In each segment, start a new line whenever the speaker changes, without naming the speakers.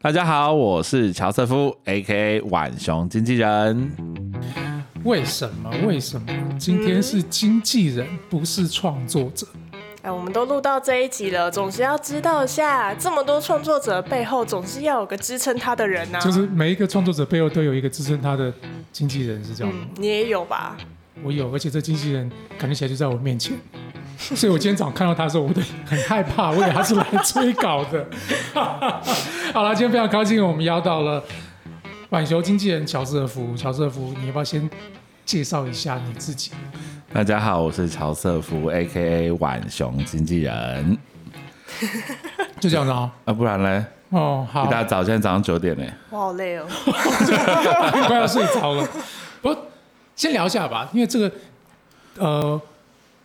大家好，我是乔瑟夫 （A.K.A. 浣熊经纪人
为什么？为什么今天是经纪人，不是创作者？
哎，我们都录到这一集了，总是要知道一下，这么多创作者背后，总是要有个支撑他的人呐、啊。
就是每一个创作者背后都有一个支撑他的经纪人，是这样吗
嗯，你也有吧？
我有，而且这经纪人感觉起来就在我面前，所以我今天早上看到他的时候，我都很害怕，我以为他是来催稿的。 好了，今天非常高兴，我们邀到了晚球经纪人乔瑟夫。乔瑟夫，你要不要先介绍一下你自己？》。
大家好，我是乔瑟夫 （A.K.A. 浣熊经纪人
就这样子哦。》。
啊，不然嘞，
哦，好
一，大早现在早上九点嘞，
我好累哦。
快要睡着了。不，先聊一下吧，因为这个呃，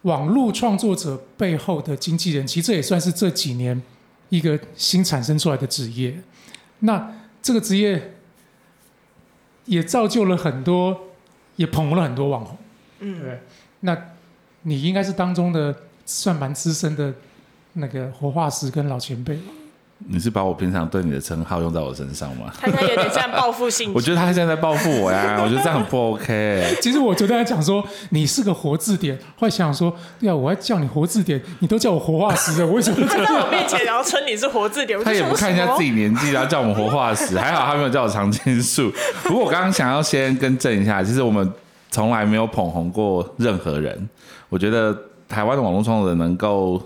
网络创作者背后的经纪人，其实这也算是这几年一个新产生出来的职业。那这个职业也造就了很多，也捧红了很多网红。
嗯
对，那你应该是当中的算蛮资深的那个活化石跟老前辈了。
你是把我平常对你的称号用在我身上吗？
他现在有点像报复性
我觉得他现在在报复我呀，我觉得这样很不 OK 欸。
其实我昨天还讲说你是个活字典，后来想想说，对啊，我还叫你活字典，你都叫我活化石了，我为什么
他在我面前，然后称你是活字典，我就
他也不看一下自
己。
己年纪，然后叫我们活化石， 还好他没有叫我常青树。不过我刚刚想要先更正一下，其实我们从来没有捧红过任何人。我觉得台湾的网络创作者能够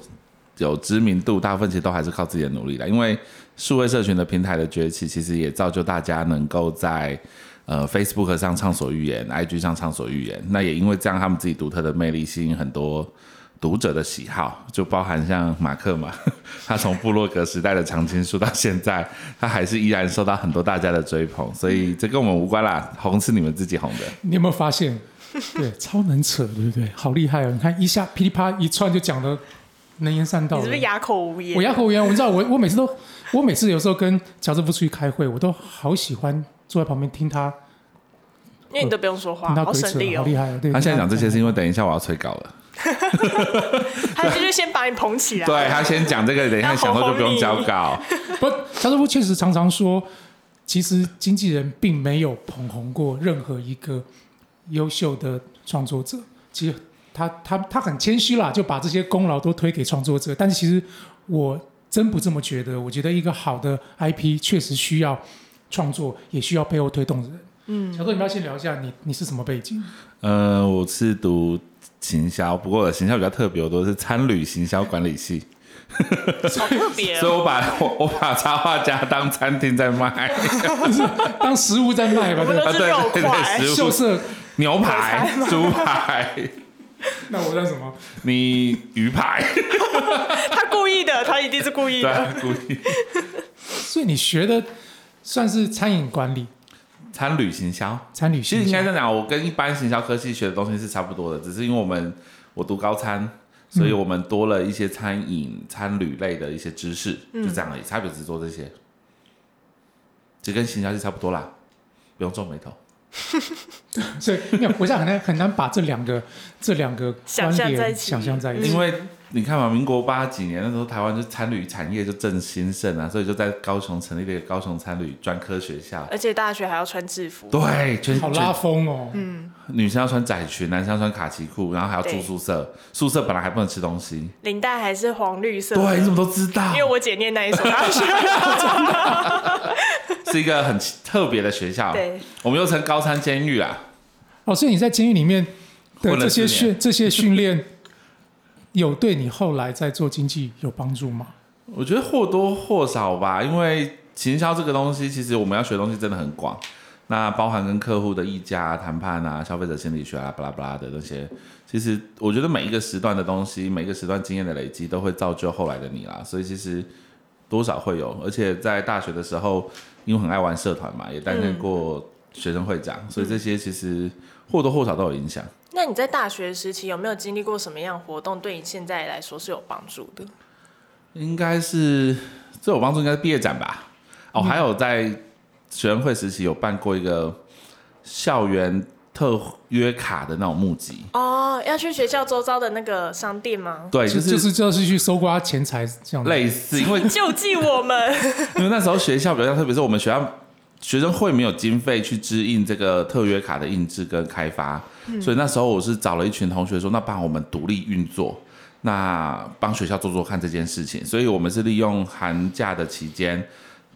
有知名度，大部分其实都还是靠自己的努力啦。因为数位社群的平台的崛起，其实也造就大家能够在呃 Facebook 上畅所欲言，IG 上畅所欲言。那也因为这样，他们自己独特的魅力吸引很多读者的喜好，就包含像马克嘛， 他从部落格时代的常青树到现在，他还是依然受到很多大家的追捧。所以这跟我们无关啦，红是你们自己红的。
你有没有发现？对，超能扯，对不对？好厉害哦！你看一下噼里啪一串就讲的能言善道
你
了
是不。是哑口无言？
我哑口无言，我知道，我我每次都，我每次有时候跟乔治夫出去开会，我都好喜欢坐在旁边听他
因为你都不用说话
听，他
好
鬼扯
省力，
好
哦。
厉害哦！对，
他现在讲这些
听
是因为等一下我要催稿了，
他就是先把你捧起来。
对他先讲这个，等一下想说就不用交 稿。
他，不，乔治夫确实常常说，其实经纪人并没有捧红过任何一个优秀的创作者。其实他他他很谦虚啦，就把这些功劳都推给创作者。但是其实我真不这么觉得，我觉得一个好的 IP 确实需要创作，也需要背后推动人。嗯，乔哥，你们要先聊一下你你是什么背景？
呃，我是读行销，不过我的行销比较特别，我都是参旅行销管理系，
好特别
所以
哦。
我把 我我把插画家当餐厅在卖，
当食物在 卖吧，
我们
对吧
都
啊
是
对
肉
对
块
对，食
秀
物
色。
牛排、猪排、
那我叫什么？
你鱼排，
他故意的，他一定是故意
对
的。
啊，故意
所以你学的算是餐饮管理、
参旅行销。
餐旅
其实
行
应该
销。
这样讲，我跟一般行销科系学的东西是差不多的，只是因为我们我读高
嗯
餐，所以我们多了一些餐饮、餐旅类的一些知识，
嗯
就这样而已，差别只是做这些，就跟行销是差不多啦，不用皱眉头。
所以没有，我想很难很难把这两 个这两个
想
观
象在
点
一起
想象在一起
因。为你看嘛，民国八几年那时候，台湾就餐旅产业就正兴盛啊，所以就在高雄成立了一个高雄餐旅专科学校。
而且大学还要穿制服，
对，
嗯
全
好
全
拉风哦，
女生要穿窄裙，男生要穿卡其裤，然后还要住
对
宿舍，宿舍本来还不能吃东西。
领带还是黄绿色。
对，你怎么都知道？
因为我姐念那一所大 学。
是一个很奇特别的学校。
对，
我们又称高山监狱啦。
哦，所以你在监狱里面的
混了
这些
四年
训这些训练，有对你后来在做经济有帮助吗？
我觉得或多或少吧，因为行销这个东西，其实我们要学的东西真的很广。那包含跟客户的议价、啊、谈判啊、消费者心理学啊、巴拉巴拉的那些，其实我觉得每一个时段的东西，每一个时段经验的累积，都会造就后来的你啦。所以其实多少会有，而且在大学的时候，因为很爱玩社团嘛，也担任过学生会长，所以这些其实或多或少都有影响。
那你在大学时期有没有经历过什么样的活动，对你现在来说是有帮助的？
应该是最有帮助，应该是毕业展吧。嗯哦，还有在学生会时期有办过一个校园特约卡的那种募集，
哦，要去学校周遭的那个商店吗？
对，
就
就是
就是就是去搜刮钱财这样。
类似，因为
救济我们！
因为那时候学校比较像，特别是我们学校学生会没有经费去支应这个特约卡的印制跟开发，所以那时候我是找了一群同学说，那帮我们独立运作，那帮学校做做看这件事情。所以我们是利用寒假的期间，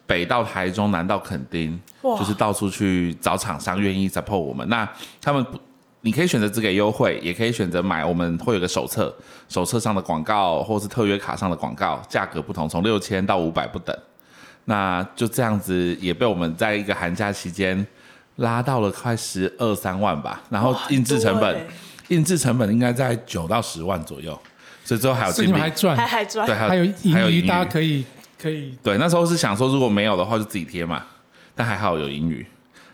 北到台中，南到垦丁，
哇
就是到处去找厂商愿意 support 我们。那他们不。你可以选择只给优惠，也可以选择买。我们会有个手册，手册上的广告或是特约卡上的广告，价格不同，从六千到五百不等。那就这样子也被我们在一个寒假期间拉到了快十二三万吧，然后印制成
很
本
多，欸
印制成本应该在九到十万左右，所以最后还有
所以
进
你
币
们还，赚，
还还赚
对，，还
还有
有还有
盈余，大家
以
可以可以
对那时候是想说如果没有的话就自己贴嘛，但还好有盈余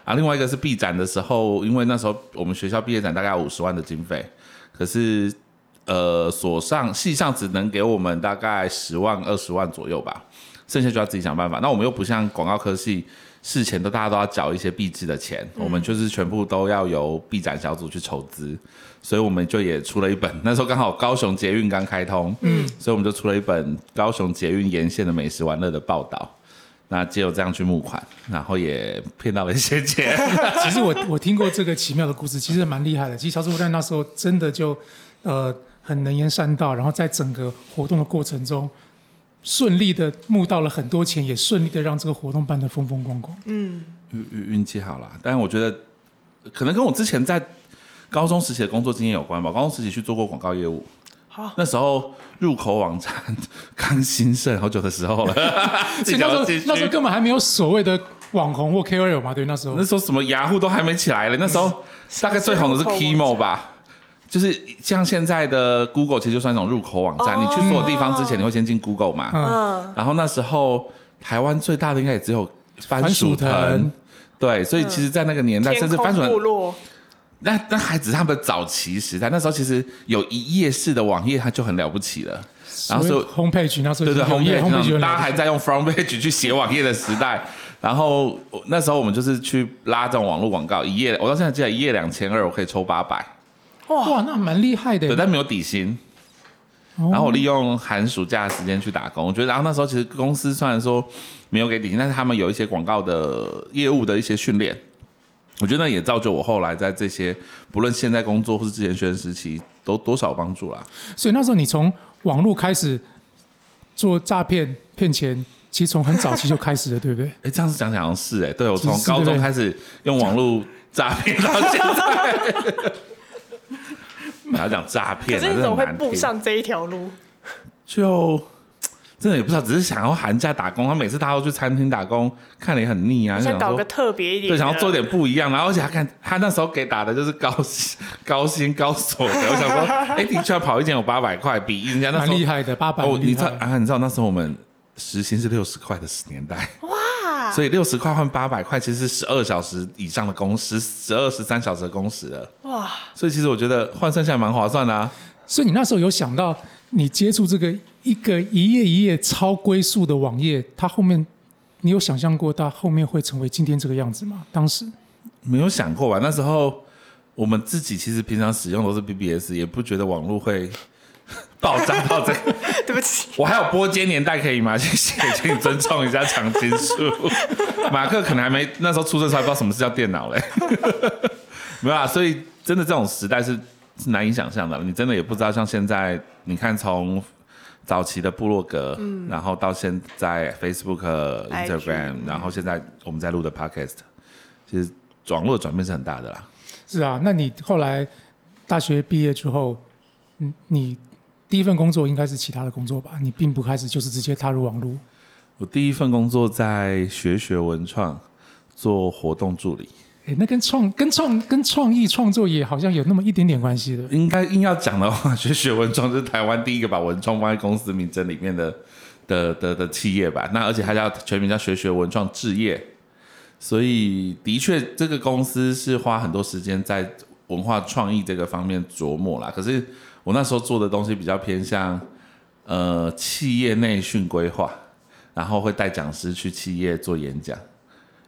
啊。另外一个是毕展的时候，因为那时候我们学校毕业展大概五十万的经费，可是呃所上系上只能给我们大概十万二十万左右吧，剩下就要自己想办法。那我们又不像广告科系，事前都大家都要缴一些币制的钱，我们就是全部都要由币展小组去筹资，所以我们就也出了一本。那时候刚好高雄捷运刚开通，嗯，所以我们就出了一本高雄捷运沿线的美食玩乐的报道。那只有这样去募款，然后也骗到了一些钱。
其实我我听过这个奇妙的故事，其实蛮厉害的。其实乔治布丹那时候真的就呃很能言善道，然后在整个活动的过程中。顺利的募到了很多钱，也顺利的让这个活动办得风风光光。
嗯运 运运气好啦，但我觉得可能跟我之前在高中时期的工作经验有关吧。高中时期去做过广告业务，
好
那时候入口网站 刚兴盛，好久的时 候了。
所以那时候那时候根本还没有所谓的网红或 KOL 嘛，对，那时候
那时候什么雅虎都还没起来了，那时候大概最红的是
入口网站
Kimo 吧。就是像现在的 Google，其实就算一种入口网站。你去所有地方之前，你会先进 Google 嘛？
哦嗯，
然后那时候台湾最大的应该也只有番
番薯
薯
藤
藤，对，所以其实，在那个年代，甚
天
至番
空
薯藤
部落，
那那还只是他们早期时代，那时候其实有一页式的网页，它就很了不起了。然后所以
homepage 那时候
对对，
已经有
红
页
页
homepage 有
大家
两
还在用 front page 去写网页的时代。然后我那时候我们就是去拉这种网络广告，一页我到现在记得一页两千二，我可以抽八百，
哇，那蛮厉害的
对，
耶。
但没有底薪。然后我利用寒暑假的时间去打工，我觉得，然后那时候其实公司虽然说没有给底薪，但是他们有一些广告的业务的一些训练，我觉得那也造就我后来在这些不论现在工作或是之前学生时期都多少有帮助啦。
所以那时候你从网络开始做诈骗骗钱，其实从很早期就开始了，对不对？
哎，这样子讲讲好像是哎、对我从
是是
高
对不
中
对
开始用网络诈骗到现在，不要讲诈
可
骗、啊，
是你
真
怎
的
么会
很难
步
听
上这一条路？
就真的也不知道，只是想要寒假打工。他每次他都去餐厅打工，看了也很腻啊，就
想
想
搞个
说
特别一点
对，
的，
想要做点不一样。然后而且他看他那时候给打的就是高薪、高薪、高所得。我想说，哎、你居然跑一间有八百块，比人家那
蛮
时候
厉害的，八百
哦，
很
你
厉
知道
害。
啊？你知道那时候我们时薪是六十块的年代，
哇！
所以六十块换八百块，其实是十二小时以上的工时，十二十三小时的工时了。
哇，
所以其实我觉得换算下来蛮划算的啊。
所以你那时候有想到，你接触这个一个一页一页超龟速的网页，它后面你有想象过它后面会成为今天这个样子吗？当时
没有想过吧？那时候我们自己其实平常使用都是 BBS，也不觉得网络会 爆炸到这个。
对不起，
我还有播接年代可以吗？ 谢谢，请尊重一下常青树。马克可能还没那时候出生的时候还不知道什么是叫电脑嘞，没有啦。啊所以真的这种时代是是难以想象的，你真的也不知道像现在，你看从。早期的部落格，然后到现在 Facebook、
IG
Instagram，然后现在我们在录的 Podcast，其实网络的转变是很大的啦。
是啊，那你后来大学毕业之后，嗯，你第一份工作应该是其他的工作吧？你并不开始就是直接踏入网络。
我第一份工作在学学文创做活动助理，
哎，那跟创、跟创、跟创意创作也好像有那么一点点关系的。
应该硬要讲的话，学学文创是台湾第一个把文创放在公司名称里面的的的的企业吧。那而且它叫全名叫学学文创置业，所以的确这个公司是花很多时间在文化创意这个方面琢磨啦。可是我那时候做的东西比较偏向呃企业内训规划，然后会带讲师去企业做演讲，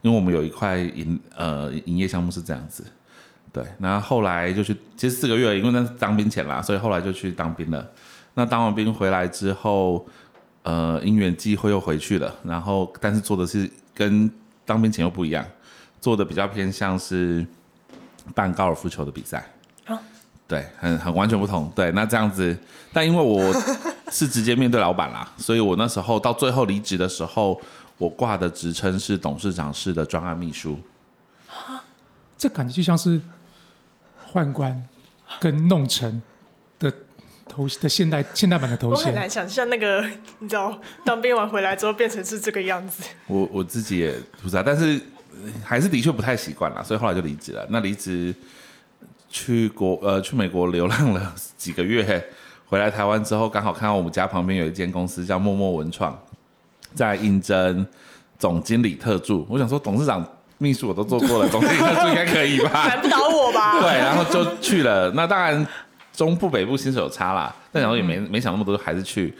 因为我们有一块营呃营业项目是这样子。对，然后后来就去，其实四个月，因为那是当兵前啦，所以后来就去当兵了。那当完兵回来之后，呃，因缘际会又回去了，然后但是做的是跟当兵前又不一样，做的比较偏向是办高尔夫球的比赛。
哦
对，很很完全不同。对，那这样子，但因为我是直接面对老板啦，所以我那时候到最后离职的时候，我挂的职称是董事长室的专案秘书。
这感觉就像是宦官跟弄臣的头的现代现代版的头
我很
衔
难，想象那个，你知道，当兵完回来之后变成是这个样子。
我我自己也不知道，但是呃还是的确不太习惯啦，所以后来就离职了。那离职去国呃去美国流浪了几个月，回来台湾之后，刚好看到我们家旁边有一间公司叫默默文创，在应征总经理特助。我想说，董事长、秘书我都做过了，总经理特助应该可以吧？
难不倒我吧？
对，然后就去了。那当然，中部北部薪水有差啦，但然后也没
嗯
没想那么多，还是去。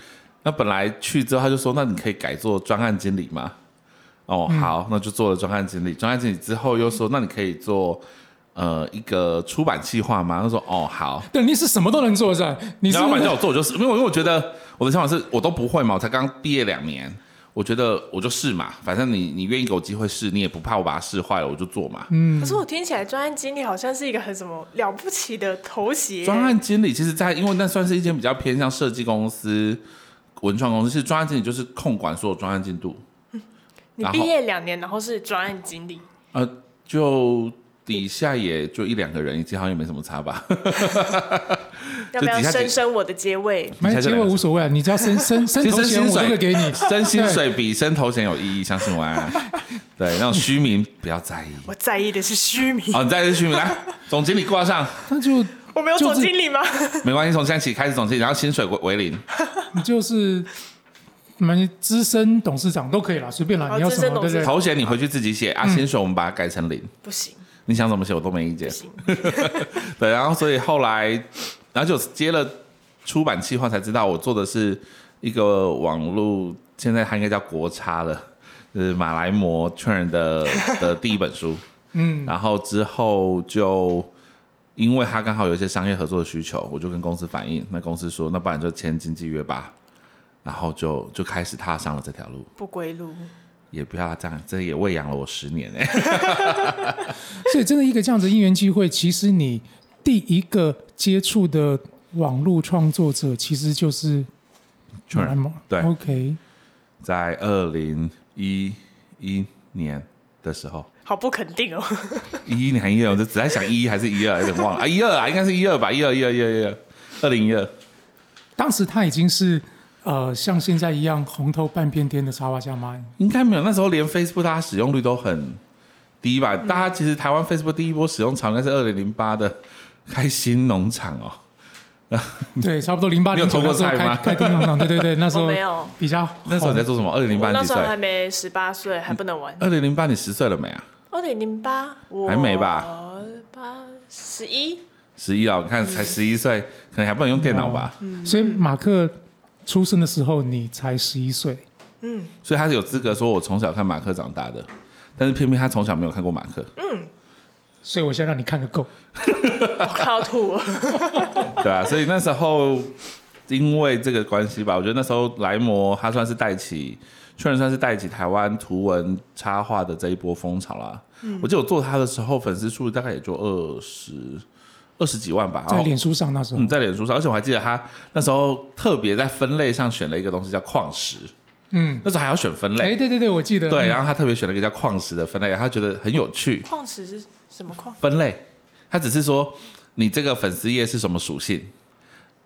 那本来去之后，他就说：“那你可以改做专案经理吗？”哦，
嗯
好，那就做了专案经理。专案经理之后又说：“那你可以做呃一个出版企划吗？”他说：“哦，好。”
对，你是什么都能做是吧？你是
老板叫我做，我就是因为因为我觉得我的想法是我都不会嘛，我才刚毕业两年，我觉得我就试嘛，反正你你愿意给我机会试，你也不怕我把它试坏了，我就做嘛。
可是我听起来专案经理好像是一个很什么了不起的头衔。
专案经理其实在，因为那算是一间比较偏向设计公司、文创公司，其实专案经理就是控管所有专案进度。
你毕业两年，然后是专案经理，
呃，就底下也就一两个人，其实好像也没什么差吧。
要不要
底下
升升我的阶位？
没
你
有
才是
结果无所谓啊，你只 要升升升
其实
头衔，
薪
我
水
这个给你。
升薪水比升头衔有意义，相信我啊。 对，那种虚名不要在意。哦
我在意的是虚名，
好，你再一次虚名来，总经理挂上，
那就
我没有
就
总
是
经 理吗？
没关系，从现在起开始总经理，然后薪水为为零。
你就是什么资深董事长都可以啦，随便啦，
哦
你要
资
什
深
么对
董
不
事
对？
头衔你回去自己写啊，薪水我们把它改成零。
不行
你想怎么写我都没意见
不。行，
对，然后所以后来，然后就接了出版计划，才知道我做的是一个网络，现在它应该叫国差了，就是马来模圈人 的的第一本书。嗯，然后之后就因为他刚好有一些商业合作的需求，我就跟公司反映，那公司说，那不然就签经纪约吧。然后就就开始踏上了这条路，
不归路。
也不要这样，这也喂养了我十年哎、
所以真的一个这样子因缘机会，其实你第一个接触的网络创作者其实就是
圈人对
哦，OK，
在二零一一年的时候，
好不肯定哦，
一一年还一二，我就只在想一一还是一二，有点忘了啊，一二啊，应该是一二吧，一二一二一二一二，二零一二，
当时他已经是呃像现在一样红透半边天的插画家 吗？
应该没有，那时候连 Facebook 大家使用率都很低吧，大家其实台湾 Facebook 第一波使用场应该是二零零八的开心农场哦，
对，差不多零八
你有
零
投
九
过
那时候
菜吗
开开叮当当，对对对，那时候
哦我没有
比较
那时候你在做什么？二零零
我
八
那
几
时
岁
候？还没十八岁，还不能玩。
二零零八你十岁了没啊？
二零哦零八，我
还没吧？
八十一，
十一啊，你看才十一岁，可能还不能用电脑吧，
嗯
所以马克出生的时候你才十一岁，
所以他是有资格说我从小看马克长大的，但是偏偏他从小没有看过马克，
所以我先让你看个够。
我靠吐了。
对啊，所以那时候因为这个关系吧，我觉得那时候莱摩他算是带起，确实算是带起台湾图文插画的这一波风潮啦。
嗯
我记得我做他的时候，粉丝数大概也就二十二十几万吧，然
在
后
脸书上那时候
嗯，，在脸书上，而且我还记得他那时候特别在分类上选了一个东西叫矿石，
嗯，
那时候还要选分
哎，
类，
对对对，我记得，
对，然后他特别选了一个叫矿石的分类，他觉得很有趣，
矿石是什么矿？
分类，它只是说你这个粉丝页是什么属性，
哎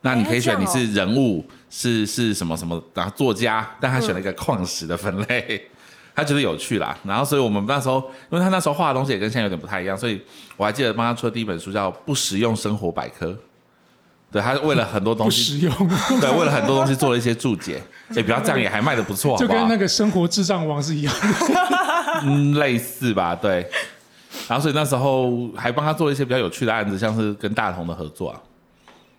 那你可以选你
哦
是人物、是是什么什么，然后作家，但他选
嗯
了一个矿石的分类， 他觉得有趣啦。然后所以我们那时候，因为他那时候画的东西也跟现在有点不太一样，所以我还记得帮他出的第一本书叫《不实用生活百科》，对他为了很多
不
东西，
实 用，
对为了很多东西做了一些注解。也不要这样，也还卖的不错，好
就
不好
跟那个生活智障王是一样。
嗯，类似吧，对。然后所以那时候还帮他做了一些比较有趣的案子，像是跟大同的合作啊，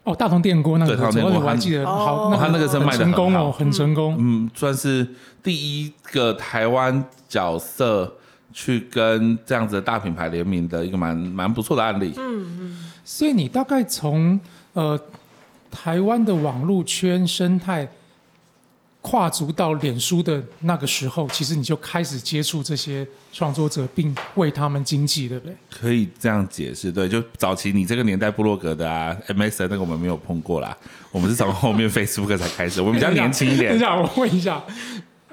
哦，大同电锅那
对
个
大同电锅嗯
我我还记得，
他
好，
哦
那
他那个是
很
卖得
成
很
功
好嗯
哦，很成功。
嗯，算是第一个台湾角色去跟这样子的大品牌联名的一个蛮蛮不错的案例。
嗯所以你大概从呃台湾的网络圈生态跨足到脸书的那个时候，其实你就开始接触这些创作者，并为他们经济，对不对？
可以这样解释，对，就早期你这个年代部落格的啊，MSN 那个我们没有碰过啦，我们是从后面 Facebook 才开 始，我们比较年轻一
等一
点。
下，我问一下，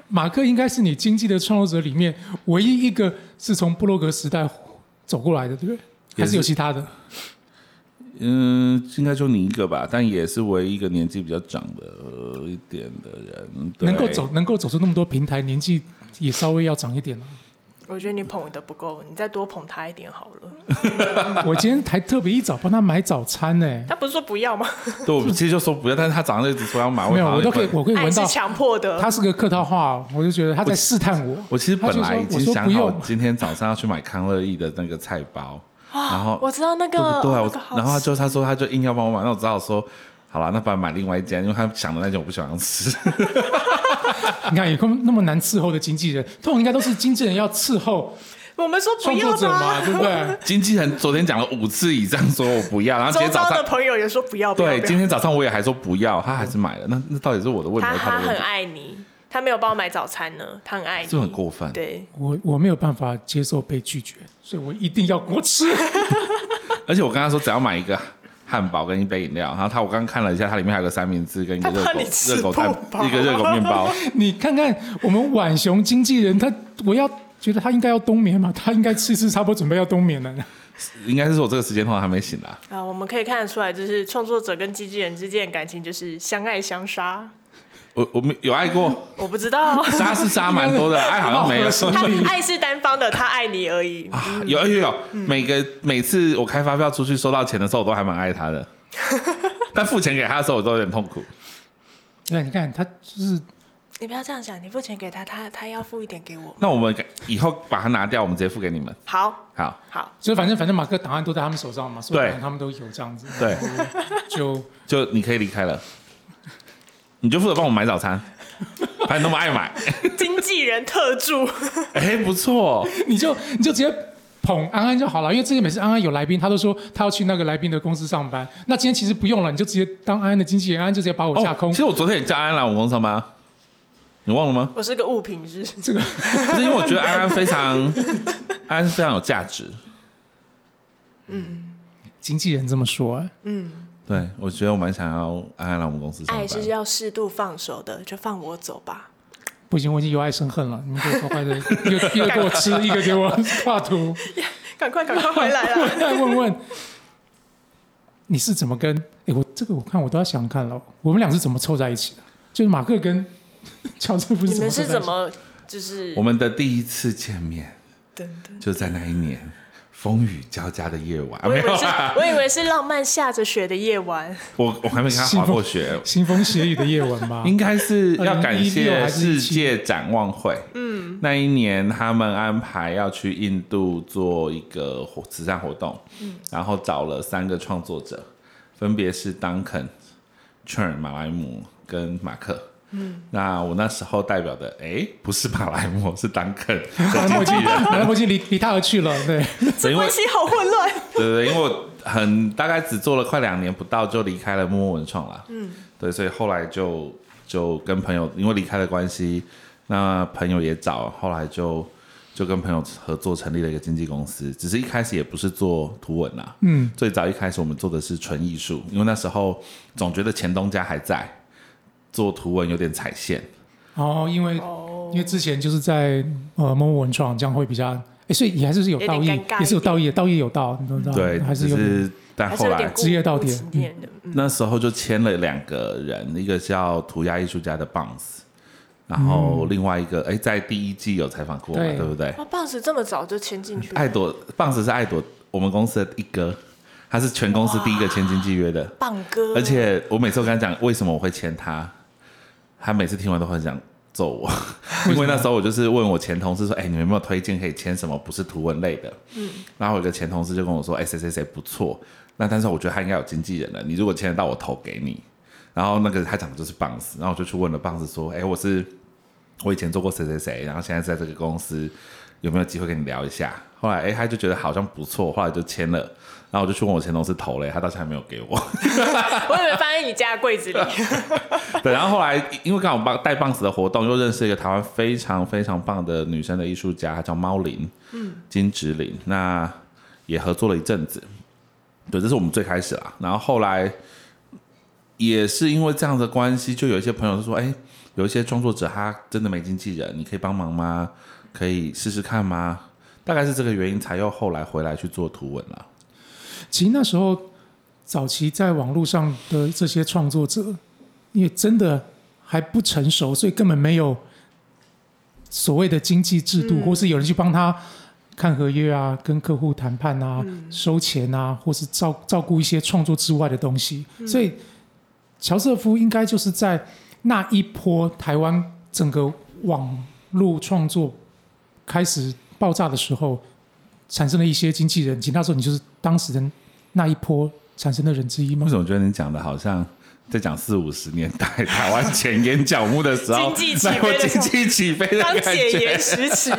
马克应该是你经济的创作者里面唯一一个是从布洛格时代走过来的，对不对？
也是
还是有其他的？
嗯，应该就你一个吧，但也是唯一一个年纪比较长的一点的人，对
能够走能够走出那么多平台，年纪也稍微要长一 点了。
我觉得你捧的不够，你再多捧他一点好了。
我今天还特别一早帮他买早餐呢、
他不是说不 要吗？
对，我其实就说不要，但是他早上一直说要买，
没有，
好像
我都可以
也，不
我可以
爱
闻
是
到
强迫的。
他是个客套话，我就觉得他在试探我。
我其实本来已
他就
经
说我说
想
不
好
用
今天早上要去买康乐意的那个菜包，然后
我知道那个，
对不对？啊
哦
我
那个好
然后他
吃
就他说他就硬要帮我买，那我只好说好了，那不然买另外一间，因为他想的那间我不喜欢吃。
你看有那么那么难伺候的经纪人，通常应该都是经纪人要伺候
我们说不
创作
要
者嘛，
吧，
对不对？
经纪人昨天讲了五次以上，说我不要，然后今
周
天早
遭的
上
朋友也说不要，不要
对，
不要
今天早上我也还说不要，他还是买了，那那到底是我的问题还
他
是他的
他很
问题？
爱你，他没有帮我买早餐呢，他很爱
是不是很
你。
过分？
对，
我我没有办法接受被拒绝，所以我一定要我吃。
而且我跟他说只要买一个汉堡跟一杯饮料，然后他我刚看了一下，它里面还有个三明治跟一个热
他怕
狗
你吃
热狗蛋
不饱
一个热狗面包。
你看看我们浣熊经纪人，他我要觉得他应该要冬眠嘛，他应该吃一吃差不多准备要冬眠了。
应该是说我这个时间通常还没醒啦。
啊，我们可以看得出来，就是创作者跟经纪人之间的感情就是相爱相杀。
我我没有爱 过，
我不 知道，
杀是杀蛮多的，爱好像没有。
他爱是单方的，他爱你而 已。
啊有有有，每个每次我开发票出去收到钱的时候，我都还蛮爱他的。但付钱给他的时候，我都有点痛苦。
对，你看他就是
你不要这样想，你付钱给他，他他要付一点给我。
那我们改以后把它拿掉，我们直接付给你们。
好，
好，
好，
所以反正反正马克档案都在他们手上嘛，所有
对
档案他们都有这样子，
对，
就
就你可以离开了，你就负责帮我买早餐，反正那么爱买，
经纪人特助，
哎、不错。
你就你就直接捧安安就好了，因为之前每次安安有来宾，他都说他要去那个来宾的公司上班。那今天其实不用了，你就直接当安安的经纪人，安安就直接把我架空。
哦其实我昨天也叫安安来我们公司上班啊，你忘了吗？
我是个物品是不是
这个
不是因为我觉得安安非常，安安是非常有价值。
经纪人这么说、哎
对，我觉得我蛮想要安安来我们公司上班。
爱是要适度放手的，就放我走吧。
不行，我已经由爱生恨了。你们给我乖乖的， 一个一个给我吃，一个给我 画图。
赶快，赶快回来 了！
我再 问问，你是怎么跟？哎，我这个我看我都要想想看了，我们俩是怎么凑在一起的？就是马克跟 乔治不是怎
你
么
们
凑在
是
一
怎
起？
么就是
我们的第一次见面
等等？
就在那一年风雨交加的夜晚，
我
没
以
有
为是
啦，，
我以为是浪漫下着雪的夜晚。
我我还没跟他滑过雪，
腥风血雨的夜晚 吧？
应该是要感
2016
谢
还是
世界展望会。嗯，那一年他们安排要去印度做一个活慈善活动，然后找了三个创作者，分别是 Duncan、Chern 马来姆跟马克。嗯，那我那时候代表的，哎、不是马来姆，是 Duncan
马
的
来
经
墨
纪
镜，
人。
马来墨镜离离他而去了。对，
对因为
关系好混乱。
对对，对因为我很大概只做了快两年不到就离开了默默文创啦。嗯，对，所以后来就就跟朋友因为离开的关系，那朋友也找，后来就就跟朋友合作成立了一个经纪公司。只是一开始也不是做图文啦，嗯，最早一开始我们做的是纯艺术，因为那时候总觉得前东家还在做图文有点踩线，
哦，因为
哦
因为之前就是在呃某某文创，这样会比较，哎，所以也还是有道
有
义
点尴尬一，点
也是有道义的，道义有道，你知道
对，
哦还是
只
有点
是但
还是
后
有
来
点
职业到底
顾及面的。嗯
那时候就签了两个人，一个叫涂鸦艺术家的 Bounce，然后另外一个哎、在第一季有采访过嘛，
对
对不对？
哇，Bounce 这么早就签进去了，
爱朵 Bounce 是爱朵我们公司的一哥，他是全公司第一个签经纪约的，
棒哥，
而且我每次都跟他讲为什么我会签他，他每次听完都很想揍我，因为那时候我就是问我前同事说，哎、你们有没有推荐可以签什么不是图文类的？嗯，然后我有一个前同事就跟我说，哎、谁谁谁不错，那但是我觉得他应该有经纪人了，你如果签得到，我投给你。然后那个他讲的就是棒子，然后我就去问了棒子说，哎、我是我以前做过谁谁谁，然后现在在这个公司。有没有机会跟你聊一下？后来哎、他就觉得好像不错，后来就签了。然后我就去问我前同事投嘞，他到现在没有给我。
我以为放在你家的 柜子里。
对，然后后来因为刚好棒带棒子的活动，又认识一个台湾非常非常棒的女生的艺术家，她叫猫林，嗯，金植林，那也合作了一阵子。对，这是我们最开始啦。然后后来也是因为这样的关系，就有一些朋友就说：“哎，有一些创作者他真的没经纪人，你可以帮忙吗？可以试试看吗？”大概是这个原因，才又后来回来去做图文了。
其实那时候早期在网络上的这些创作者，也真的还不成熟，所以根本没有所谓的经济制度，
嗯
或是有人去帮他看合约啊、跟客户谈判啊、收钱啊，或是照照顾一些创作之外的东西。所以乔瑟夫应该就是在那一波台湾整个网络创作开始爆炸的时候，产生了一些经纪人。其实那时候你就是当时的那一波产生的人之一吗
为？什么觉得你讲的好像在讲四五十年代台湾前沿角目的时候，
经济起
那
飞的
会
时候
经济起飞的
当
感
解
觉
严？时期，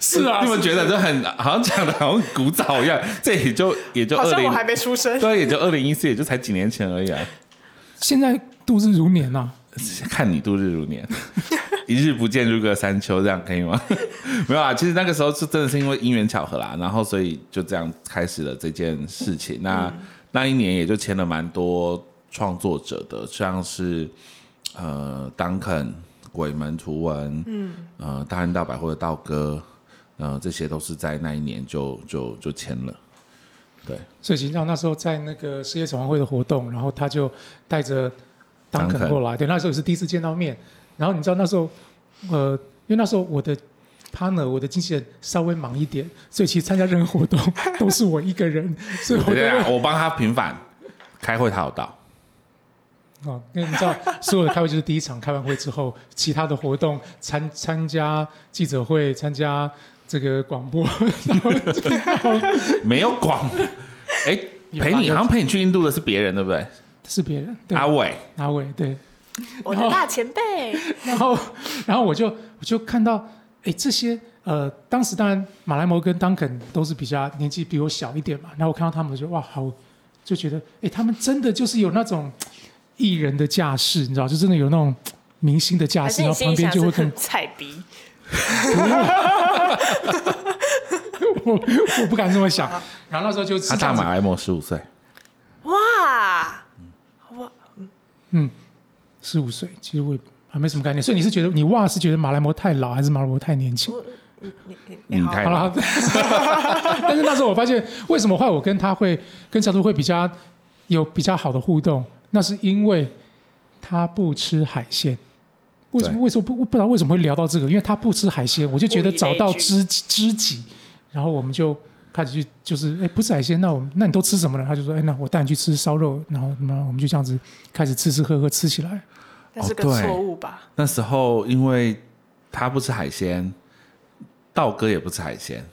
是啊
你，们觉得这很好像讲的好像古早一样？这也就也就
好
二
像
零
我还没出生。
对，也就二零一四，也就才几年前而已啊！
现在度日如年啊。
看你度日如年， 一日不见如隔三秋，这样可以吗？ 没有啊，其实那个时候是真的是因为因缘巧合啦，然后所以就这样开始了这件事情。那、那一年也就签了蛮多创作者的，像是呃 Duncan、鬼门图文，嗯，呃大安道百货的道哥，呃这些都是在那一年就就就签了。
所以秦照那时候在那个世界展望会的活动，然后他就带着
Duncan
Duncan 过来，对，那时候也是第一次见到面。然后你知道那时候，呃，因为那时候我的 partner 我的经纪人稍微忙一点，所以其实参加任何活动都是我一 个人，所以我
对对
就
啊，我帮他平反，开会他有到。
哦，因为你知道所有的开会就是第一场开完会之后，其他的活动参参加记者会，参加这个广播， 然后
没有 广，哎、
有吧
陪你
有
好像陪你去印度的是别人，对不对？
是别人，对，
阿伟，
阿伟，对。
我的大前辈，
然后，然后我就我就看到，哎，这些呃，当时当然马来摩跟 Duncan 都是比较年纪比我小一点嘛，然后我看到他们，我就哇，好，就觉得，哎，他们真的就是有那种艺人的架势，你知道，就真的有那种明星的架
还
势，
是
然
你
后
心
旁
里
边就
想
是会跟
很菜逼？
我，我不敢这么想。然后那时候就
他
是这
大
样子
马来貘十五岁，
哇，
十五岁，其实我也还没什么概念，所以你是觉得你哇是觉得马来摩太老，还是马来摩太年轻？
你你
你
好
太
好了， 但是那时候我发现，为什么后来我跟他会跟小杜会比较有比较好的互动，那是因为他不吃海鲜。为什么？
对
为什么不不知道为什么会聊到这个？因为他不吃海鲜，我就觉得
物以类
找到
聚
知知己，然后我们就开始去就是，哎，不吃海鲜，那我们那你都吃什么呢？他就说，哎，那我带你去吃烧肉，然后那我们就这样子开始吃吃喝喝吃起来。
那是个
哦对
错误吧？
那时候因为他不吃海鲜，道哥也不吃海鲜，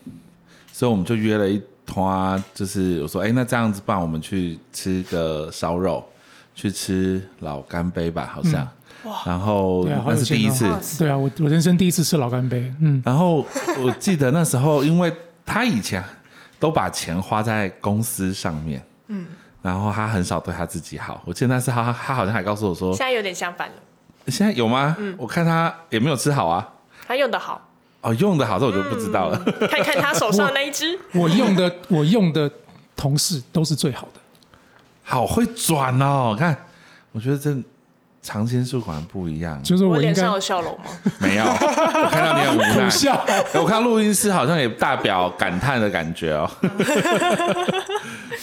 所以我们就约了一团，就是我说，哎、那这样子，不然我们去吃个烧肉，去吃老干杯吧，好像。然后
对啊好
那
有
是第
钱
一
哦
次，
对啊，我我人生第一次吃老干杯，嗯，
然后我记得那时候，因为他以前都把钱花在公司上面，嗯，然后他很少对他自己好。我记得那时候他他好像还告诉我说
现，在有点相反了，
现在有吗？
嗯
我看他也没有吃好啊。
他用的好，
哦，用的好，这我就不知道了。
嗯
看看他手上的那一只，
我用的 我用的同事都是最好的。
好会转哦，看，我觉得这长青树果然不一样。
就是
我
我应
脸
该
上有笑容吗？
没有，我看到你很无奈
苦。笑。
哎 我看录音师好像也大表感叹的感觉哦，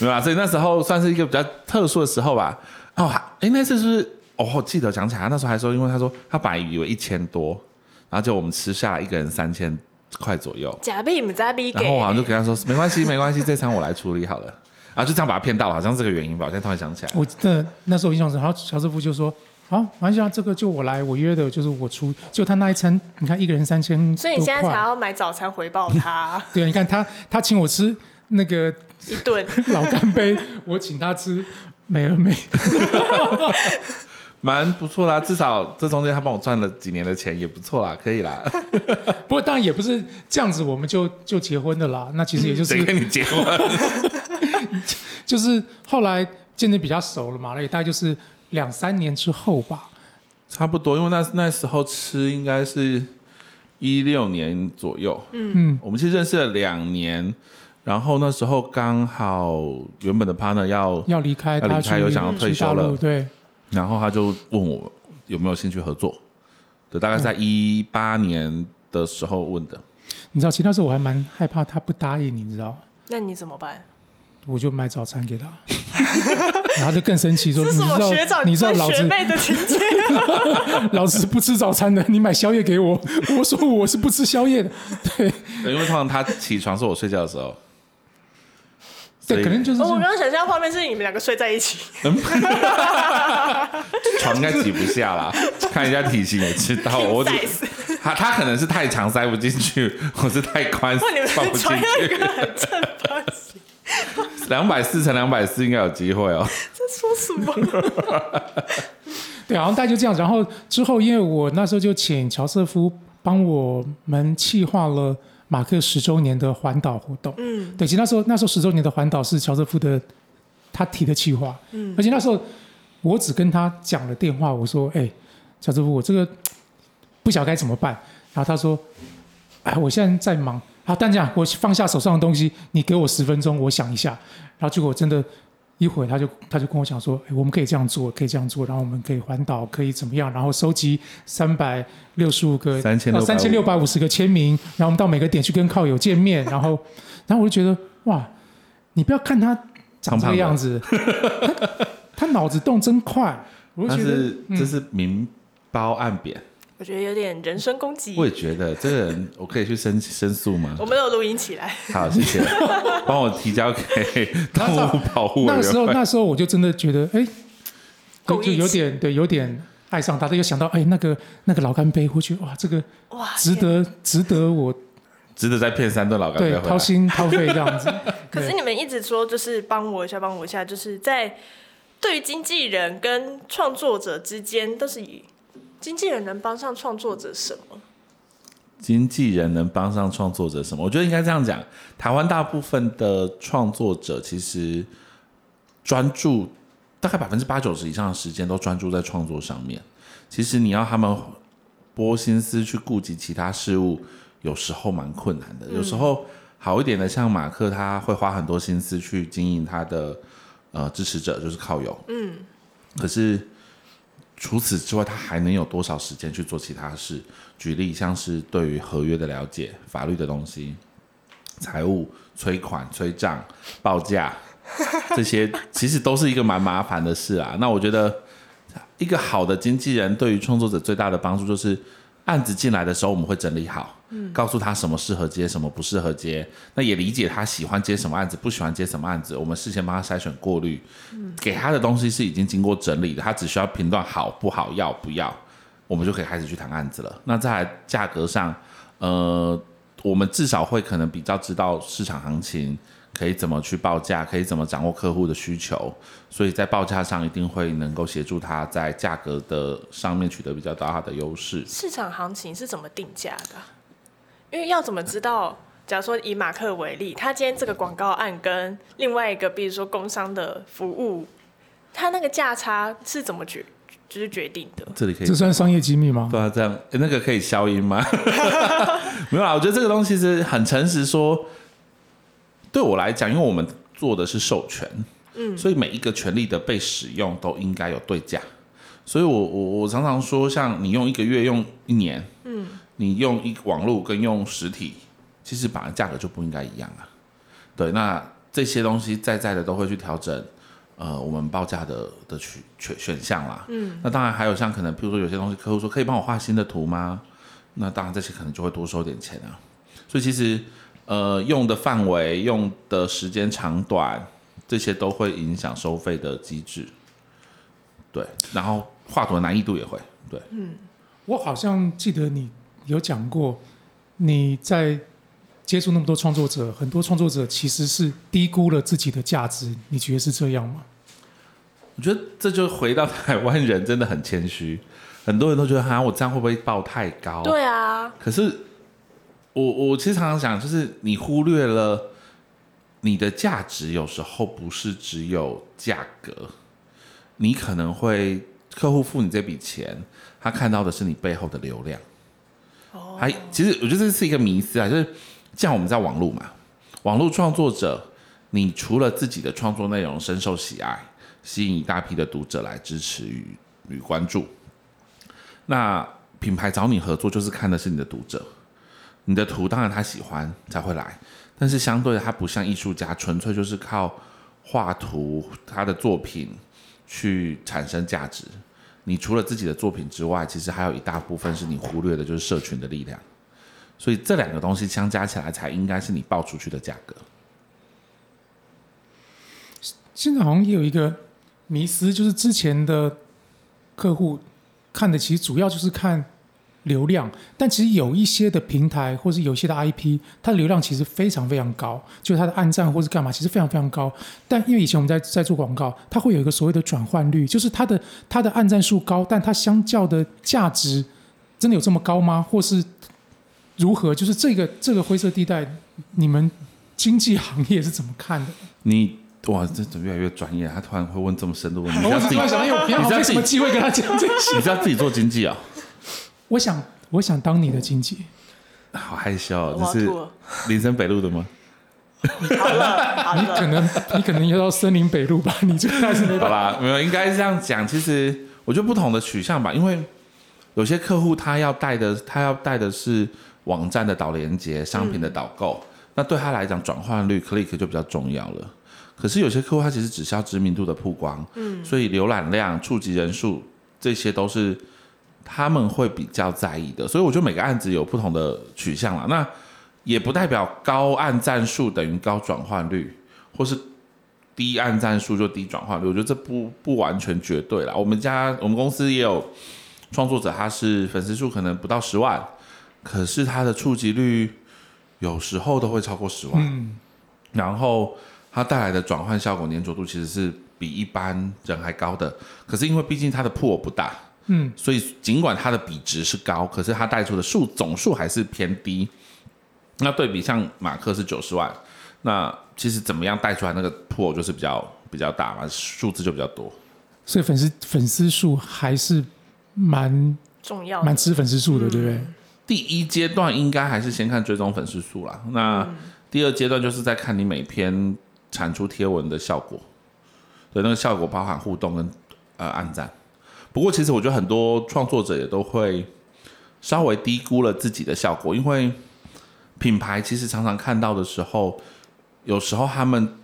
没有啊，所以那时候算是一个比较特殊的时候吧。哦，还哎，那次是不是哦，我记得讲起来，他那时候还说，因为他说他本来以为一千多，然后就我们吃下来一个人三千块左右，
假币不假币
然
给
后，我好像就跟他说没关系，没关系，这餐我来处理好了，然后就这样把他骗到了，好像是这个原因吧。我现在突然想起来，
我真的那时候印象深，然后乔师傅就说：“啊好，马来西亚这个就我来，我约的就是我出。”就他那一餐，你看一个人三千多块，
所以你现在才要买早餐回报 他
对，你看他他请我吃那个
一顿。
老干杯，我请他吃美而美，
蛮不错啦，至少这中间他帮我赚了几年的钱也不错啦，可以啦。
不过当然也不是这样子，我们就就结婚的啦。那其实也就
谁
是
跟你结婚？
就是后来渐渐比较熟了嘛，那也大概就是两三年之后吧。
差不多，因为那那时候吃应该是一六年左右，
嗯
我们其实认识了两年，然后那时候刚好原本的 partner 要，
要离开，
要离
他
开
去
有想要退
去大
休了
陆对，
然后他就问我有没有兴趣合作，对，大概
嗯
在一八年的时候问的，
你知道，其实那时候我还蛮害怕他不答应，你知道，
那你怎么办？
我就买早餐给 他，然后他就更生气说：“
这
你
是
知
我
道
学长
你知道
对
老
学
子
妹的情节，
老子不吃早餐的，你买宵夜给 我。”我说：“我是不吃宵夜的。”对，
对因为通常他起床是我睡觉的时 候，所以
对，可能就是
我刚刚想象画面是你们两个睡在一 起，
床应该挤不下啦，看人家体型也知道，我只
size
他他可能是太长塞不进去，我是太宽
哇，你们
放不进
穿一
去
个，很正方 形，
两百四乘两百四应该有机会哦。
这说什么？
对，好像大概就这样。然后之后，因为我那时候就请乔瑟夫帮我们企划了马克十周年的环岛活动。
嗯，
对，其实那时候那时候十周年的环岛是乔瑟夫的他提的企划，嗯，而且那时候我只跟他讲了电话，我说：“哎、乔瑟夫，我这个不晓得该怎么办。”然后他说：“哎，我现在在忙。”好，但这样，我放下手上的东西，你给我十分钟，我想一下。然后结果真的，一会儿他就他就跟我讲说、哎，我们可以这样做，可以这样做，然后我们可以环岛，可以怎么样，然后收集三百六十五个啊
3650
三千六百五十个签名，然后我们到每个点去跟靠友见面，然后然后我就觉得哇，你不要看他长这个样子，他他脑子动真快，我就
但
觉得嗯
是这是明褒暗贬，
我觉得有点人身攻击
我。也觉得这个人，我可以去申申诉吗
哦
我？们都有录音起来，
好，谢 谢，帮我提交给动物保护委
那时
员
候
会。
那时候我就真的觉得哎，就
够
就
义
有
气
点对有点爱上他，就想到哎那个那个老干杯，我觉得哇这个
哇，
值
天。。
得值得我
值得再骗三顿老干
对
杯回
掏
来。
心掏肺这样子
可是你们一直说就是帮我一下，帮我一下，就是在对于经纪人跟创作者之间，都是以经纪人能帮上创作者什么？
经纪人能帮上创作者什么？我觉得应该这样讲，台湾大部分的创作者其实专注大概百分之八九十以上的时间都专注在创作上面。其实你要他们拨心思去顾及其他事物，有时候蛮困难的。有时候好一点的，像马克，他会花很多心思去经营他的呃支持者，就是靠友。嗯，可是。除此之外，他还能有多少时间去做其他事？举例，像是对于合约的了解、法律的东西、财务、催款、催账、报价这些，其实都是一个蛮麻烦的事啊。那我觉得，一个好的经纪人对于创作者最大的帮助就是，案子进来的时候我们会整理好，告诉他什么适合接，什么不适合接，那也理解他喜欢接什么案子，不喜欢接什么案子，我们事先帮他筛选过滤，给他的东西是已经经过整理的，他只需要评断好不好，要不要。我们就可以开始去谈案子了。那再来价格上，呃，我们至少会可能比较知道市场行情，可以怎么去报价，可以怎么掌握客户的需求，所以在报价上一定会能够协助他在价格的上面取得比较大的优势。
市场行情是怎么定价的啊？因为要怎么知道？假如说以马克为例，他今天这个广告案跟另外一个，比如说工商的服务，他那个价差是怎么决，就是决定的？
这里可以
这算商业机密吗？
对啊，这样、诶那个可以消音 吗？没有啦，我觉得这个东西是很诚实说，对我来讲，因为我们做的是授权，嗯，所以每一个权利的被使用都应该有对价。所以我我我常常说，像你用一个月，用一年，嗯，你用一网络跟用实体，其实本来价格就不应该一样啊。对，那这些东西在在的都会去调整，呃，我们报价的的取选选项啦。嗯，那当然还有像可能，譬如说有些东西客户说可以帮我画新的图吗？那当然这些可能就会多收点钱啊。所以其实呃，用的范围、用的时间长短，这些都会影响收费的机制。对，然后画图的难易度也会。对，
我好像记得你有讲过，你在接触那么多创作者，很多创作者其实是低估了自己的价值，你觉得是这样吗？
我觉得这就回到台湾人真的很谦虚，很多人都觉得啊哈，我这样会不会报太高？
对啊，
可是我我其实常常想，就是你忽略了你的价值，有时候不是只有价格，你可能会客户付你这笔钱，他看到的是你背后的流量。
哦
还其实我觉得这是一个迷思啊，就是像我们在网络嘛，网络创作者，你除了自己的创作内容深受喜爱，吸引一大批的读者来支持与与关注，那品牌找你合作就是看的是你的读者，你的图当然他喜欢才会来，但是相对的，他不像艺术家，纯粹就是靠画图他的作品去产生价值。你除了自己的作品之外，其实还有一大部分是你忽略的，就是社群的力量。所以这两个东西相加起来，才应该是你报出去的价格。
现在好像也有一个迷思，就是之前的客户看的其实主要就是看流量，但其实有一些的平台或是有一些的 IP，它的流量其实非常非常高，就是它的按赞或是干嘛，其实非常非常高。但因为以前我们在在做广告，它会有一个所谓的转换率，就是它的它的按赞数高，但它相较的价值真的有这么高吗？或是如何？就是这个这个灰色地带，你们经济行业是怎么看的？
你哇，这怎么越来越专业？他突然会问这么深的问题，你
我
要
只
自
突
己，
然想到，因为我平
你
常
知道
没
自
什
己
么机会跟他讲这些。
你知道自己做经济啊、
我想，我想当你的经纪，
好害羞、哦，
我要
这是
吐了，
林森北路的吗？
好了好
你 可
了，
能你可能要到森林北路吧， 你这个还是没
好
办法。
啦，没有，应该是这样讲。其实我觉得不同的取向吧，因为有些客户他要带的，他要带的是网站的导连接、商品的导购，那对他来讲转换率 click 就比较重要了。可是有些客户他其实只需要知名度的曝光，嗯，所以浏览量、触及人数这些都是他们会比较在意的。所以我觉得每个案子有不同的取向啦。那也不代表高按赞数等于高转换率，或是低按赞数就低转化率，我觉得这不不完全绝对啦。我们家我们公司也有创作者，他是粉丝数可能不到十万，可是他的触及率有时候都会超过十万，
嗯，
然后它带来的转换效果粘着度其实是比一般人还高的。可是因为毕竟它的破不大，
嗯，
所以尽管它的比值是高，可是它带出的数总数还是偏低。那对比像马克是九十万，那其实怎么样带出来那个破就是比较比较大嘛，数字就比较多。
所以粉丝粉丝数还是蛮
重要
蛮
的，
吃粉丝数的，对不对？
第一阶段应该还是先看追踪粉丝数啦。那第二阶段就是在看你每篇产出贴文的效果，对那个效果包含互动跟呃暗赞。不过其实我觉得很多创作者也都会稍微低估了自己的效果，因为品牌其实常常看到的时候，有时候他们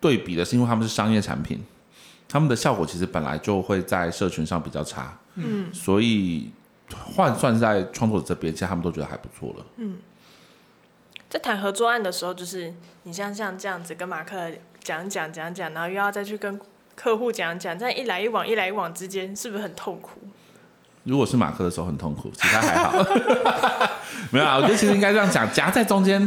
对比的是因为他们是商业产品，他们的效果其实本来就会在社群上比较差，
嗯，
所以换算在创作者这边，其实他们都觉得还不错了。
在谈合作案的时候，就是你像像这样子跟马克讲讲讲讲，然后又要再去跟客户讲讲，这样一来一往一来一往之间，是不是很痛苦？
如果是马克的时候很痛苦，其他还好。 没有啊，我觉得其实应该这样讲，夹在中间，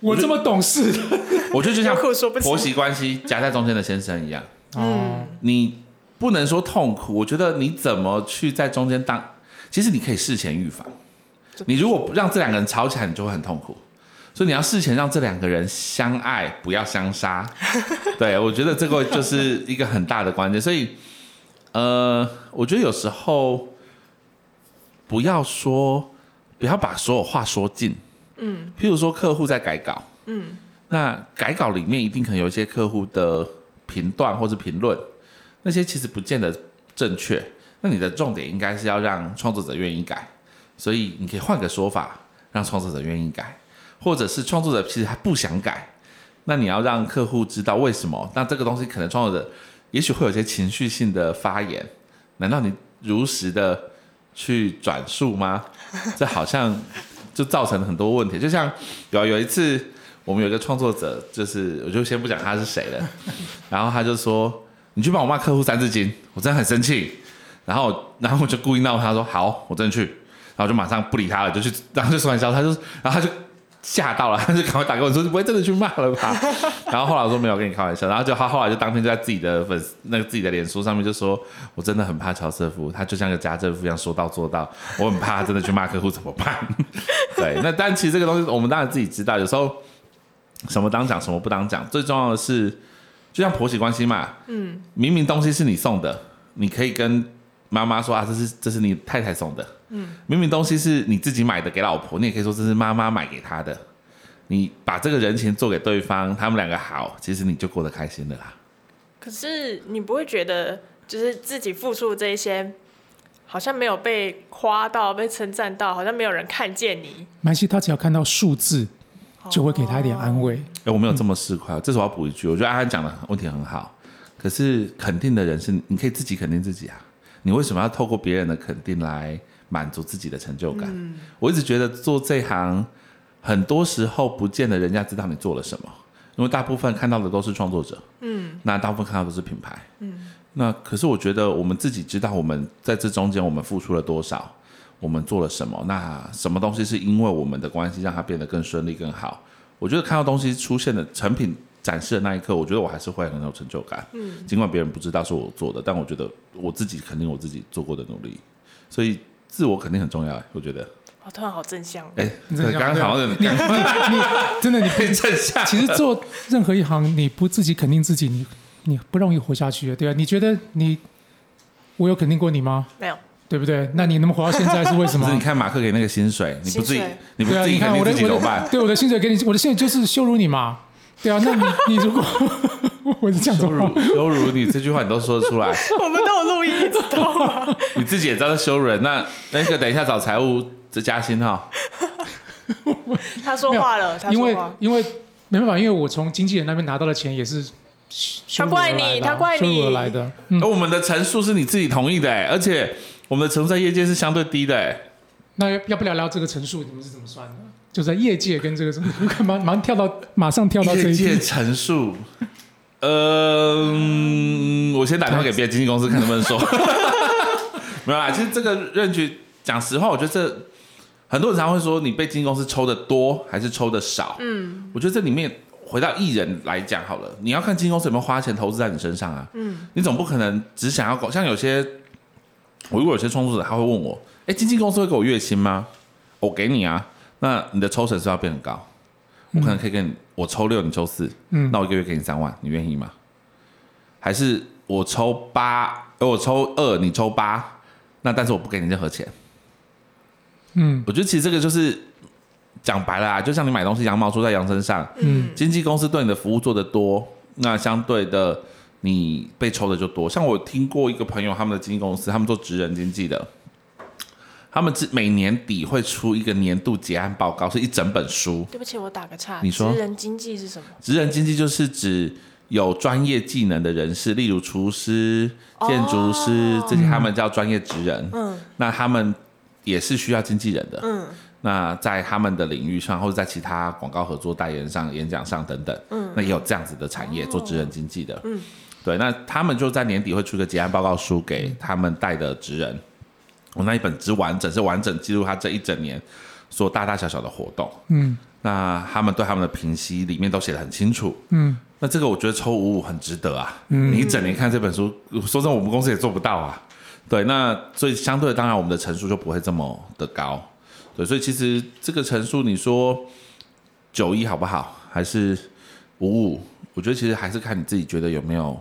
我这么懂事，
我觉得就像
有苦说不
婆
出。
媳关系夹在中间的先生一样，
哦，
你不能说痛苦，我觉得你怎么去在中间当，其实你可以事前预防。你如果不让这两个人吵起来，你就会很痛苦。所以你要事前让这两个人相爱，不要相杀。对，我觉得这个就是一个很大的关键。所以，呃，我觉得有时候不要说，不要把所有话说尽。嗯，譬如说客户在改稿，嗯，那改稿里面一定可能有一些客户的评断或是评论，那些其实不见得正确。那你的重点应该是要让创作者愿意改，所以你可以换个说法，让创作者愿意改，或者是创作者其实他不想改，那你要让客户知道为什么。那这个东西可能创作者也许会有一些情绪性的发言，难道你如实的去转述吗？这好像就造成了很多问题。就像有有一次，我们有一个创作者，就是我就先不讲他是谁了， 然后他就说：“你去帮我骂客户三字经。”我真的很生气。然后，然后我就故意闹他说：“好，我真的去。”然后我就马上不理他了，就去，然后就说玩笑，他就，然后他就吓到了， 他就赶快打给我说：“你不会真的去骂了吧？” 然后后来我说：“没有，跟你开玩笑。”然后就他后来就当天就在自己的粉丝那个自己的脸书上面就说：“我真的很怕乔瑟夫，他就像个家政妇一样说到做到，我很怕他真的去骂客户怎么办？” 对，那但其实这个东西我们当然自己知道，有时候什么当讲，什么不当讲，最重要的是，就像婆媳关系嘛，嗯，明明东西是你送的，你可以跟妈妈说啊，这是这是你太太送的，嗯，明明东西是你自己买的给老婆，你也可以说这是妈妈买给她的。你把这个人情做给对方，他们两个好，其实你就过得开心的啦。
可是你不会觉得，就是自己付出这一些，好像没有被夸到、被称赞到，好像没有人看见你，
蛮西他只要看到数字，就会给他一点安慰。
哎、我没有这么市侩，这是我要补一句。我觉得安安讲的问题很好，可是肯定的人是你，你可以自己肯定自己啊。你为什么要透过别人的肯定来满足自己的成就感？我一直觉得做这行，很多时候不见得人家知道你做了什么，因为大部分看到的都是创作者，嗯，那大部分看到的都是品牌，嗯。那可是我觉得我们自己知道我们在这中间我们付出了多少，我们做了什么，那什么东西是因为我们的关系让它变得更顺利更好。我觉得看到东西出现的成品展示的那一刻，我觉得我还是会很有成就感。嗯，尽管别人不知道是我做的，但我觉得我自己肯定我自己做过的努力，所以自我肯定很重要。我觉得，
我突然好正向。
哎、
你真
对
的
刚刚好像有点
真的，你
变正向。
其实做任何一行，你不自己肯定自己，你你不容易活下去的，对啊，你觉得你我有肯定过你吗？
没有，
对不对？那你能活到现在是为什
可
么
是？你看马克给那个薪水，你不自己
薪水，
你不
对啊，
自己
你
肯
看我
定
的
自己怎
我
么
的
办？
对我的薪水给你，我的薪水就是羞辱你嘛。对啊，那你你如果我是这样子
羞辱羞辱你这句话你都说得出来，
我们都有录音，你知道吗？
你自己也知道是羞辱人。那那个等一下找财务这加薪哈、
他说话了，他
因
说
为
话。
因为没办法，因为我从经纪人那边拿到的钱也是羞
他
辱而
怪
来的啊
你他怪你
羞辱而来的。嗯
而我们的陈述是你自己同意的、哎而且我们的陈述在业界是相对低的、哎
那要不聊聊这个乘数，你们是怎么算的？就在业界跟这个什么，马马上跳到马上跳到这
业
一题
界陈述，呃，嗯我先打电话给别的经纪公司看能不能说。没有啦，其实这个认局，讲实话，我觉得这很多人常会说你被经纪公司抽的多还是抽的少。嗯，我觉得这里面回到艺人来讲好了，你要看经纪公司有没有花钱投资在你身上啊。嗯，你总不可能只想要搞像有些，我如果有些创作者他会问我，哎、经纪公司会给我月薪吗？我给你啊，那你的抽成是要变很高。我
嗯
可能可以跟你，我抽六，你抽四，嗯，那我一个月给你三万，你愿意吗？还是我抽八，呃我抽二，你抽八，那但是我不给你任何钱。
嗯
我觉得其实这个就是讲白了啊，就像你买东西，羊毛出在羊身上，
嗯，
经纪公司对你的服务做得多，那相对的你被抽的就多。像我听过一个朋友，他们的经纪公司，他们做职人经纪的，他们是每年底会出一个年度结案报告，是一整本书。
对不起，我打个岔。
你说
职人经济是什么？
职人经济就是指有专业技能的人士，例如厨师、建筑师、
哦
这些，他们叫专业职人。
嗯，
那他们也是需要经纪人的。
嗯，
那在他们的领域上，或者在其他广告合作、代言上、演讲上等等，嗯，那也有这样子的产业、做职人经济的。嗯，对，那他们就在年底会出个结案报告书给他们带的职人。我那一本之完整是完整记录他这一整年所有大大小小的活动。
嗯，
那他们对他们的评析里面都写得很清楚。
嗯，
那这个我觉得抽五五很值得啊。嗯，你一整年看这本书，说真的，我们公司也做不到啊。对，那所以相对的当然我们的成数就不会这么的高。对，所以其实这个成数，你说九一好不好，还是五五？我觉得其实还是看你自己觉得有没有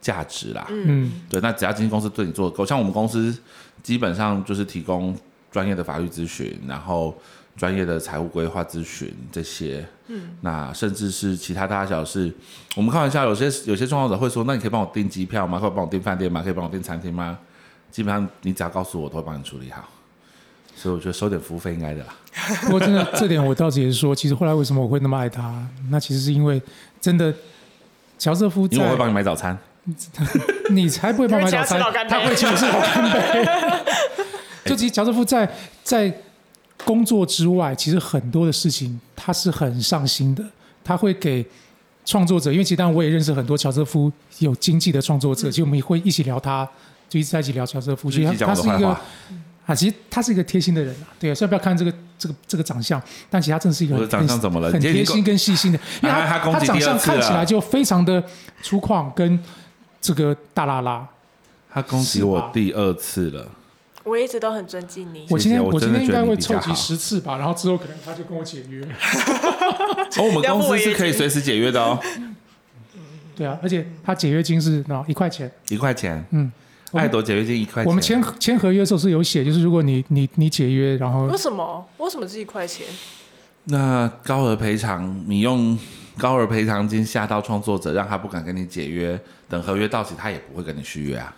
价值啦。
嗯
对，那只要经纪公司对你做得够，像我们公司基本上就是提供专业的法律咨询，然后专业的财务规划咨询这些。嗯，那甚至是其他大大小事，我们开玩笑，有些有些创作者会说，那你可以帮我订机票吗？可以帮我订饭店吗？可以帮我订餐厅吗？基本上你只要告诉我，我都会帮你处理好。所以我觉得收点服务费应该的啦。
不过真的这点我倒是也是说，其实后来为什么我会那么爱他，那其实是因为真的乔瑟夫
因为我会
在
帮你买早餐。
你才不会帮忙
因为
早餐
请他吃老干，杯
他会请我吃老干杯。 就其实乔瑟夫在在工作之外，其实很多的事情他是很上心的，他会给创作者，因为其实当然我也认识很多乔瑟夫
嗯
有经济的创作者，其实我们也会一起聊他，就一直在一起聊乔瑟夫，
一
所以
起讲我
他他
的
是一
坏
个
话，
啊，其实他是一个贴心的人啊，对啊，虽然不要看这个这个这个长相，但其实他真的是一个
我的
很
长相怎么了
很
你今天
贴心跟细心的，因为
啊他
他
攻击
长
第二
相
次了
看起来就非常的粗犷跟这个大拉拉。
他恭喜
是吧
我第二次 了，
我一直都很尊敬
谢。
你
我今天
我真
今
的
天应
觉得
该
你
会
比
凑
较
齐
好
十次吧，然后之后可能他就跟我解约。
哦，我们
要
公
不我
司
也
是可以随时解约的哦，
对啊，而且他解约金是那一块钱。
一块钱，
嗯，我们
爱朵解约金一块钱，
我们签签合约的时候是有写，就是如果你你你解约，然后
为什么？为什么是一块钱？
那高额赔偿，你用高额赔偿金吓到创作者，让他不敢跟你解约，等合约到期，他也不会跟你续约啊。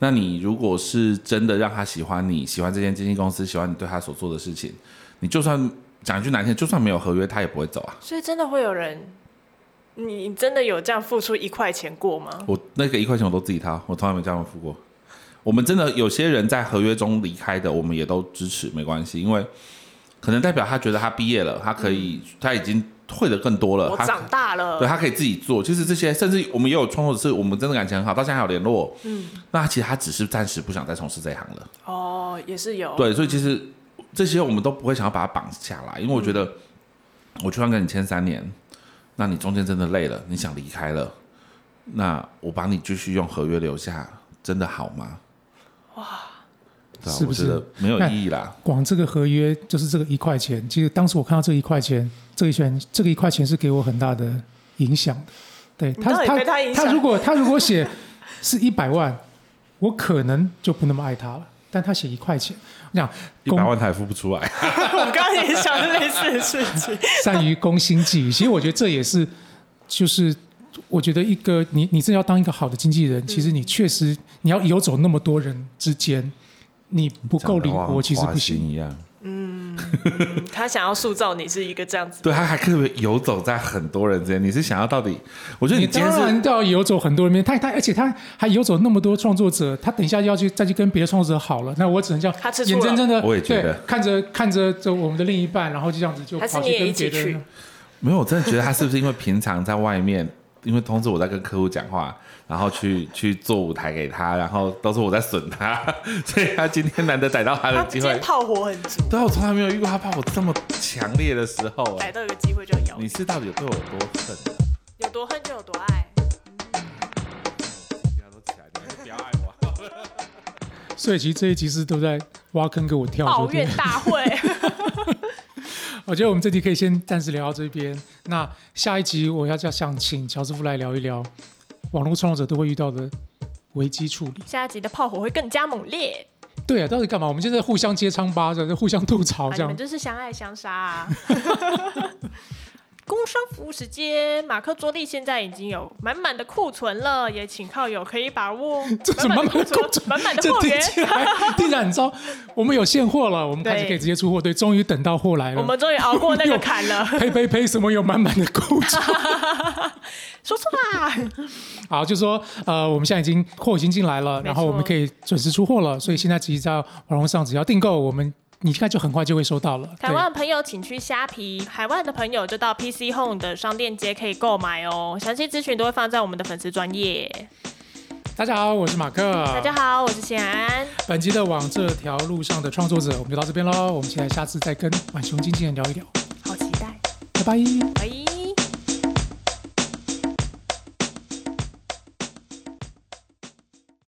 那你如果是真的让他喜欢你，喜欢这间经纪公司，喜欢你对他所做的事情，你就算讲一句难听，就算没有合约，他也不会走啊。
所以真的会有人，你你真的有这样付出一块钱过吗？
我那个一块钱我都自己掏，我从来没这样付过。我们真的有些人在合约中离开的，我们也都支持，没关系，因为可能代表他觉得他毕业了，他可以，他已经会的更多了，
我
他
长大了
呃对，他可以自己做。其实这些，甚至我们也有创作者是我们真的感情很好，到现在还有联络。
嗯，
那其实他只是暂时不想再从事这一行了。
哦，也是有。
对，所以其实这些我们都不会想要把它绑下来，因为我觉得、
嗯
我就算跟你签三年，那你中间真的累了，你想离开了，那我把你继续用合约留下，真的好吗？哇，对啊，
是不
我觉
是
得没有意义啦。
光这个合约就是这个一块钱。其实当时我看到这一块钱，这一圈这个一块钱是给我很大的影响的。对
你到底被他
他
影响
他如果他如果写是一百万，我可能就不那么爱他了。但他写一块钱，我想
一百万他也付不出来，
我刚刚也想着类似的事情。
善于攻心计语。其实我觉得这也是，就是我觉得一个你你真的要当一个好的经纪
嗯
人，其实你确实你要游走那么多人之间，你不够灵活其实
讲得好像花
不行。
心一样。
他想要塑造你是一个这样子，
对，他还特别游走在很多人之间。你是想要到底？我觉得
你
你今
当
天是
然都要游走很多人面，他他而且他还游走那么多创作者，他等一下要去再去跟别的创作者好了，那我只能这样
他吃醋了
眼睁睁的，
我也觉得
对看着看着这我们的另一半，然后就这样子就
还是
跑
你也
跟
一起
别的人
去，
没有，我真的觉得他是不是因为平常在外面，因为通知我在跟客户讲话，然后去去做舞台给他，然后都是我在损他，所以他今天难得逮到他的
他
呃机
今
会
天。炮火很足，
对啊，我从来没有遇过他怕我这么强烈的时候、
逮
哎，
到一个机会就要咬
你是到底对我有多啊恨？
有多恨就有多爱。
不要都起来，你还是不要爱我啊。
所以其实这一集是都在挖坑给我跳，
抱
就对
怨
了
大 会，
我觉得我们这集可以先暂时聊到这边。那下一集我要要想请乔师傅来聊一聊网络创作者都会遇到的危机处理。
下一集的炮火会更加猛烈。
对啊，到底干嘛？我们现在互相揭疮疤，在互相吐槽
啊
这
你
样
们。就是相爱相杀、 啊。工商服务时间，马克桌历现在已经有满满的库存了，也请靠友可以把握
这怎么
满
满
满
满
的
的
库
库
存
存，
满满的
这
货
听
源。
起来 听起来很糟。我们有现货了，我们开始
对
可以直接出货。对，终于等到货来了。
我们终于熬过那个坎了，
呸呸呸！什么有满满的库存？
说错啦。
好，就说呃，我们现在已经货已经进来了，
没
然后我们
错
可以准时出货了，所以现在其实在网络上只要订购，我们你应该就很快就会收到了。
台
对
湾朋友请去虾皮，海外的朋友就到 PC Home 的商店街可以购买哦。详细资讯都会放在我们的粉丝专业。
大家好，我是马克。
大家好，我是贤安，
本集的往这条路上的创作者，我们就到这边喽。我们期待下次再跟浣熊经纪人聊一聊，
好期待，
拜拜。
拜。